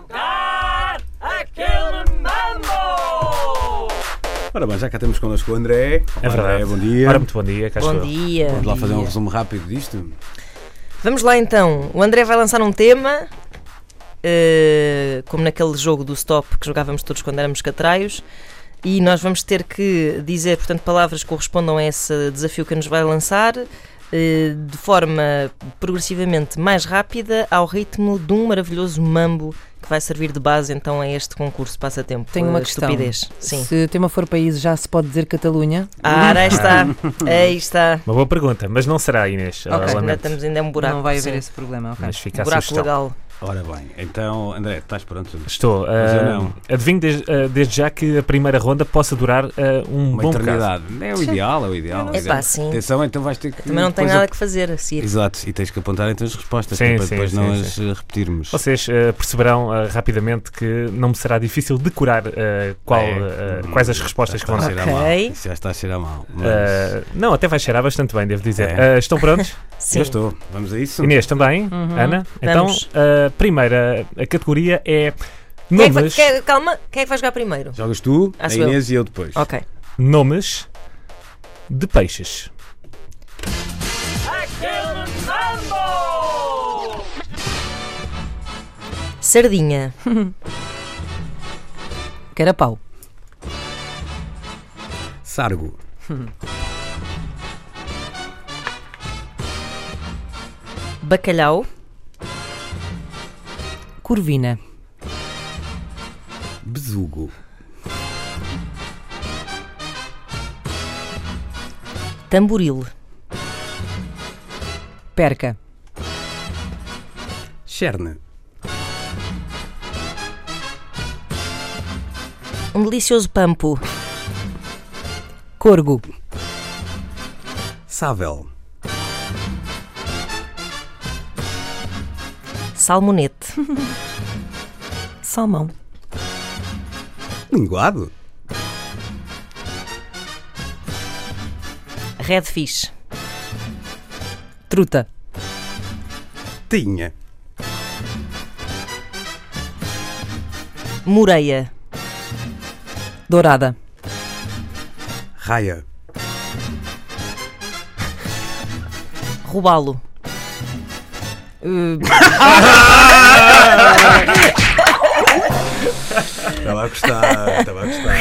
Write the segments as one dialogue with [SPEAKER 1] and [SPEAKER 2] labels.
[SPEAKER 1] jogar aquele mambo!
[SPEAKER 2] Ora bem, já cá temos connosco o André.
[SPEAKER 3] É
[SPEAKER 2] Olá,
[SPEAKER 3] verdade.
[SPEAKER 2] André, bom dia.
[SPEAKER 3] Ora, muito bom dia, cá
[SPEAKER 4] Bom
[SPEAKER 3] estou.
[SPEAKER 4] dia.
[SPEAKER 2] Vamos lá fazer um
[SPEAKER 4] Bom dia.
[SPEAKER 2] resumo rápido disto.
[SPEAKER 4] Vamos lá então. O André vai lançar um tema, eh, como naquele jogo do stop que jogávamos todos quando éramos catraios, e nós vamos ter que dizer, portanto, palavras que correspondam a esse desafio que nos vai lançar. eh, De forma progressivamente mais rápida, ao ritmo de um maravilhoso mambo que vai servir de base então a este concurso passatempo.
[SPEAKER 5] Tenho uma
[SPEAKER 4] eh,
[SPEAKER 5] questão.
[SPEAKER 4] Estupidez. Sim.
[SPEAKER 5] Se o tema for país, já se pode dizer Catalunha?
[SPEAKER 4] Ah, aí está. Aí está.
[SPEAKER 3] Uma boa pergunta, mas não será, Inês.
[SPEAKER 5] Ok,
[SPEAKER 3] ah,
[SPEAKER 4] Ainda
[SPEAKER 3] lamento.
[SPEAKER 4] estamos ainda é um buraco.
[SPEAKER 5] não vai haver
[SPEAKER 4] sim. Um
[SPEAKER 5] esse problema, ok.
[SPEAKER 3] Mas fica a
[SPEAKER 4] buraco
[SPEAKER 3] sugestão.
[SPEAKER 4] legal.
[SPEAKER 2] Ora bem, então, André, estás pronto?
[SPEAKER 3] Estou. ah,
[SPEAKER 2] Mas eu não.
[SPEAKER 3] Adivinho desde, ah, desde já que a primeira ronda possa durar ah, um
[SPEAKER 2] Uma
[SPEAKER 3] bom bocado.
[SPEAKER 2] eternidade. É o ideal, é o ideal.
[SPEAKER 4] É pá,
[SPEAKER 2] Ideal.
[SPEAKER 4] sim.
[SPEAKER 2] Atenção, então vais ter que.
[SPEAKER 4] Também não tem
[SPEAKER 2] depois
[SPEAKER 4] nada que fazer a seguir.
[SPEAKER 2] Exato, e tens que apontar então as respostas
[SPEAKER 3] Sim,
[SPEAKER 2] que é para
[SPEAKER 3] sim,
[SPEAKER 2] depois
[SPEAKER 3] sim,
[SPEAKER 2] não
[SPEAKER 3] sim.
[SPEAKER 2] as eh, repetirmos.
[SPEAKER 3] Vocês ah, perceberão ah, rapidamente que não me será difícil decorar ah, qual,
[SPEAKER 2] É,
[SPEAKER 3] ah, quais as respostas
[SPEAKER 2] já
[SPEAKER 3] que vão
[SPEAKER 2] está
[SPEAKER 3] ser.
[SPEAKER 2] a cheirar mal.
[SPEAKER 4] Ok.
[SPEAKER 2] Isso já está a cheirar mal. Mas
[SPEAKER 3] Ah, não, até vai cheirar bastante bem, devo dizer.
[SPEAKER 2] É.
[SPEAKER 3] Ah, estão prontos?
[SPEAKER 4] Sim. é
[SPEAKER 2] já estou. Vamos a isso?
[SPEAKER 3] Inês também?
[SPEAKER 5] Uhum.
[SPEAKER 3] Ana?
[SPEAKER 4] Vamos.
[SPEAKER 3] Então, a primeira a categoria é
[SPEAKER 4] Quem é que vai-
[SPEAKER 3] nomes,
[SPEAKER 4] quer- calma, quem é que vai jogar primeiro?
[SPEAKER 2] Jogas tu,
[SPEAKER 4] Ah,
[SPEAKER 2] a
[SPEAKER 4] sou eu.
[SPEAKER 2] Inês e eu depois.
[SPEAKER 4] Ok.
[SPEAKER 3] nomes de peixes.
[SPEAKER 1] Aquele mambo!
[SPEAKER 4] Sardinha,
[SPEAKER 5] Carapau,
[SPEAKER 2] Sargo.
[SPEAKER 4] bacalhau,
[SPEAKER 5] Corvina,
[SPEAKER 2] Bezugo.
[SPEAKER 4] tamboril,
[SPEAKER 5] Perca,
[SPEAKER 2] Cherna.
[SPEAKER 4] um delicioso pampo,
[SPEAKER 5] Corgo,
[SPEAKER 2] Sável.
[SPEAKER 4] salmonete,
[SPEAKER 5] Salmão,
[SPEAKER 2] Linguado.
[SPEAKER 4] redfish,
[SPEAKER 5] Truta,
[SPEAKER 2] Tinha.
[SPEAKER 4] moreia,
[SPEAKER 5] Dourada,
[SPEAKER 2] Raia.
[SPEAKER 4] robalo.
[SPEAKER 2] Estava a gostar, estava a gostar.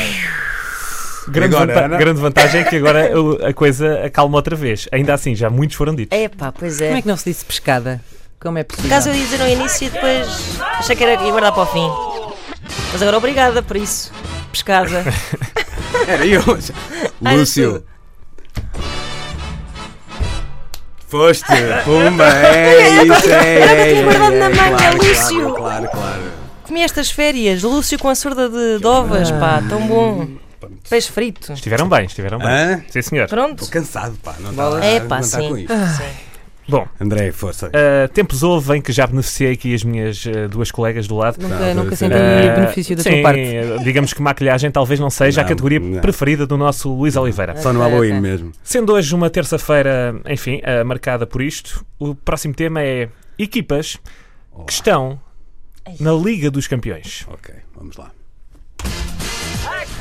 [SPEAKER 3] Grande,
[SPEAKER 2] Agora,
[SPEAKER 3] vanta-
[SPEAKER 2] Ana?
[SPEAKER 3] grande vantagem é que agora o- a coisa acalma outra vez. Ainda assim, já muitos foram ditos.
[SPEAKER 4] Epá, pois
[SPEAKER 5] como
[SPEAKER 4] é.
[SPEAKER 5] é que não se disse pescada? Como é
[SPEAKER 4] Por
[SPEAKER 5] possível?
[SPEAKER 4] acaso eu ia dizer no início e depois achei que era ia guardar para o fim. Mas agora obrigada por isso. Pescada.
[SPEAKER 2] Era eu.
[SPEAKER 4] Ai,
[SPEAKER 2] Lúcio. Foste. Pumba. É isso. É, é, é,
[SPEAKER 4] tinha guardado na manga,
[SPEAKER 2] claro,
[SPEAKER 4] Lúcio.
[SPEAKER 2] Claro, claro, claro.
[SPEAKER 4] Comi estas férias, Lúcio com a surda de dovas, pá, tão bom. Peixe frito.
[SPEAKER 3] Estiveram bem, estiveram bem.
[SPEAKER 2] Hã?
[SPEAKER 3] Sim, senhor.
[SPEAKER 4] Pronto?
[SPEAKER 2] Estou cansado, pá. Não
[SPEAKER 5] Bola.
[SPEAKER 2] está
[SPEAKER 4] É pá,
[SPEAKER 2] não tá
[SPEAKER 4] sim.
[SPEAKER 2] com isto.
[SPEAKER 4] sim.
[SPEAKER 3] Bom,
[SPEAKER 2] André, força.
[SPEAKER 3] ah, tempos houve em que já beneficiei aqui as minhas ah, duas colegas do lado.
[SPEAKER 5] Nunca,
[SPEAKER 2] Não,
[SPEAKER 5] nunca
[SPEAKER 2] deve
[SPEAKER 5] senti
[SPEAKER 3] Ah,
[SPEAKER 5] benefício da
[SPEAKER 3] sim,
[SPEAKER 5] tua parte.
[SPEAKER 3] digamos que maquilhagem talvez não seja a
[SPEAKER 2] Não,
[SPEAKER 3] categoria
[SPEAKER 2] não.
[SPEAKER 3] preferida do nosso Luís Oliveira.
[SPEAKER 2] Só no
[SPEAKER 5] Ok,
[SPEAKER 2] Halloween
[SPEAKER 5] ok.
[SPEAKER 2] mesmo.
[SPEAKER 3] Sendo hoje uma terça-feira, enfim, ah, marcada por isto, o próximo tema é equipas que estão na Liga dos Campeões.
[SPEAKER 2] Ok, vamos lá.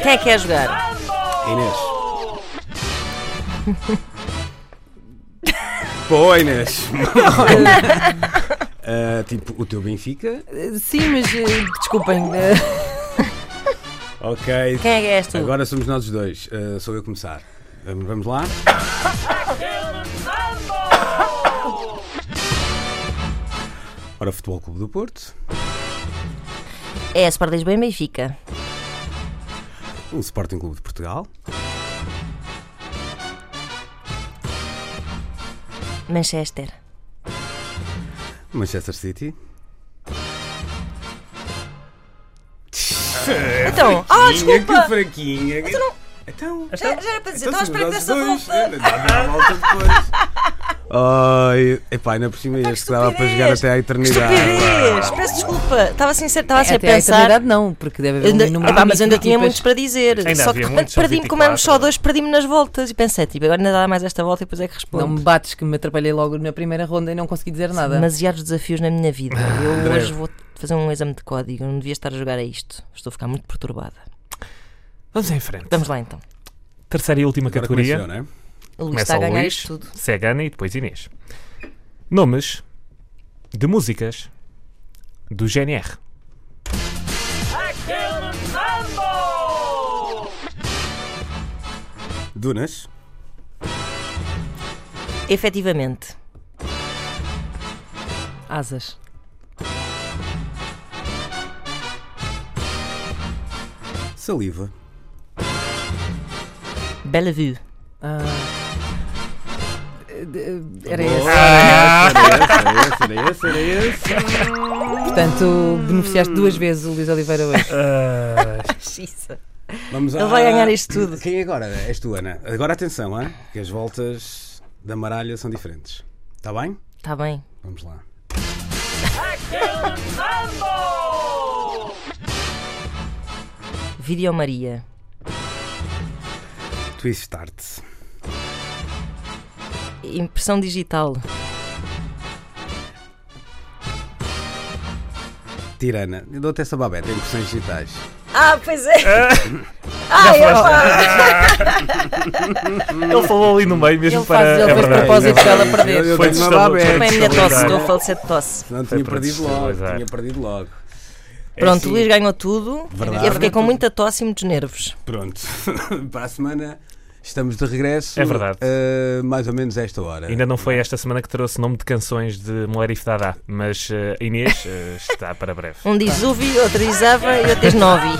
[SPEAKER 4] Quem é que quer jogar?
[SPEAKER 2] Inês. Pô, Inês. Ah, tipo, o teu Benfica?
[SPEAKER 5] Sim, mas eh, desculpem. eh,
[SPEAKER 2] Ok.
[SPEAKER 4] Quem é que és tu?
[SPEAKER 2] Agora somos nós os dois. Ah, sou eu a começar. Vamos, vamos lá? Ora, Futebol Clube do Porto.
[SPEAKER 4] É, Sport Lisboa e Benfica.
[SPEAKER 2] O Sporting Clube de Portugal.
[SPEAKER 4] Manchester.
[SPEAKER 2] Manchester City.
[SPEAKER 3] É
[SPEAKER 4] Então, ah, desculpa!
[SPEAKER 2] fraquinha. Então.
[SPEAKER 4] Já, já era para dizer, estava a
[SPEAKER 2] Então,
[SPEAKER 4] esperar
[SPEAKER 2] somos
[SPEAKER 4] que dessa
[SPEAKER 2] nós
[SPEAKER 4] volta.
[SPEAKER 2] dois. Dá-me a volta depois. Ai, epá, ainda por cima este dava para jogar
[SPEAKER 4] estupidez.
[SPEAKER 2] até à eternidade.
[SPEAKER 4] Estupidez! Peço desculpa. Estava assim, estava assim a
[SPEAKER 5] Até à
[SPEAKER 4] pensar.
[SPEAKER 5] eternidade não, porque deve
[SPEAKER 4] Eu
[SPEAKER 5] haver
[SPEAKER 4] Ainda,
[SPEAKER 5] um número
[SPEAKER 4] epá,
[SPEAKER 5] limite
[SPEAKER 4] mas eu ainda
[SPEAKER 5] de
[SPEAKER 4] tinha
[SPEAKER 5] equipas.
[SPEAKER 4] muitos para dizer.
[SPEAKER 3] Ainda
[SPEAKER 4] só
[SPEAKER 3] havia
[SPEAKER 4] que
[SPEAKER 3] muitos, são
[SPEAKER 4] perdi-me, como éramos só
[SPEAKER 3] 24.
[SPEAKER 4] dois, perdi-me nas voltas. E pensei, tipo, agora ainda dá mais esta volta e depois é que respondo.
[SPEAKER 5] Não me bates que me atrapalhei logo na primeira ronda e não consegui dizer nada.
[SPEAKER 4] Demasiados desafios na minha vida.
[SPEAKER 3] Ah,
[SPEAKER 4] Eu
[SPEAKER 2] André.
[SPEAKER 4] hoje vou fazer um exame de código. Eu não devia estar a jogar a isto. Estou a ficar muito perturbada.
[SPEAKER 3] Vamos em frente.
[SPEAKER 4] Vamos lá então.
[SPEAKER 3] Terceira e última
[SPEAKER 2] Agora
[SPEAKER 3] categoria.
[SPEAKER 2] começou, não é?
[SPEAKER 4] O Luís
[SPEAKER 3] Começa
[SPEAKER 4] está a
[SPEAKER 3] o
[SPEAKER 4] ganhar
[SPEAKER 3] Luís.
[SPEAKER 4] isto tudo.
[SPEAKER 3] Segue Ana e depois Inês. Nomes de músicas do GNR.
[SPEAKER 1] Aquele mambo!
[SPEAKER 2] Dunas,
[SPEAKER 4] Efetivamente.
[SPEAKER 5] Asas.
[SPEAKER 2] saliva,
[SPEAKER 4] Bela Vue.
[SPEAKER 5] Ah. Eh, De- Era esse.
[SPEAKER 2] Era esse, era esse, era esse.
[SPEAKER 5] Portanto, beneficiaste duas vezes o Luís Oliveira hoje.
[SPEAKER 2] Vamos
[SPEAKER 4] Ele vai ganhar isto tudo.
[SPEAKER 2] Quem é agora? És tu, Ana. Agora atenção, hein? que as voltas da maralha são diferentes. Está bem?
[SPEAKER 4] Está Tá bem.
[SPEAKER 2] Vamos lá.
[SPEAKER 1] Aquele mambo!
[SPEAKER 4] Video Maria.
[SPEAKER 2] Twist Start.
[SPEAKER 4] Impressão digital.
[SPEAKER 2] Tirana. Eu dou-te essa babeta, impressões digitais.
[SPEAKER 4] Ah, pois é. Ai,
[SPEAKER 3] Ele falou ali no meio mesmo
[SPEAKER 5] Ele faz-
[SPEAKER 3] para.
[SPEAKER 5] ele
[SPEAKER 3] é
[SPEAKER 5] fez
[SPEAKER 3] verdade.
[SPEAKER 5] propósito
[SPEAKER 3] É
[SPEAKER 5] dela
[SPEAKER 3] verdade.
[SPEAKER 5] perder.
[SPEAKER 2] Eu, eu
[SPEAKER 3] Foi
[SPEAKER 2] tenho uma
[SPEAKER 3] desestabilizar.
[SPEAKER 2] babeta.
[SPEAKER 4] Também a minha tosse,
[SPEAKER 3] Solidário.
[SPEAKER 4] dou falsete de tosse.
[SPEAKER 2] Senão
[SPEAKER 3] Foi
[SPEAKER 2] tinha
[SPEAKER 3] para
[SPEAKER 2] perdido logo.
[SPEAKER 3] desestabilizar.
[SPEAKER 2] Tinha perdido logo.
[SPEAKER 4] Pronto,
[SPEAKER 2] assim.
[SPEAKER 4] o Luís ganhou tudo.
[SPEAKER 2] Verdade.
[SPEAKER 4] Eu fiquei com muita tosse e muitos nervos.
[SPEAKER 2] Pronto. Para a semana estamos de regresso.
[SPEAKER 3] É verdade.
[SPEAKER 2] eh, mais ou menos a esta hora.
[SPEAKER 3] Ainda não foi esta semana que trouxe nome de canções de Molerif Dada, mas eh, Inês eh, está para breve.
[SPEAKER 4] Um diz Uvi, outro diz Ava e outro diz Novi.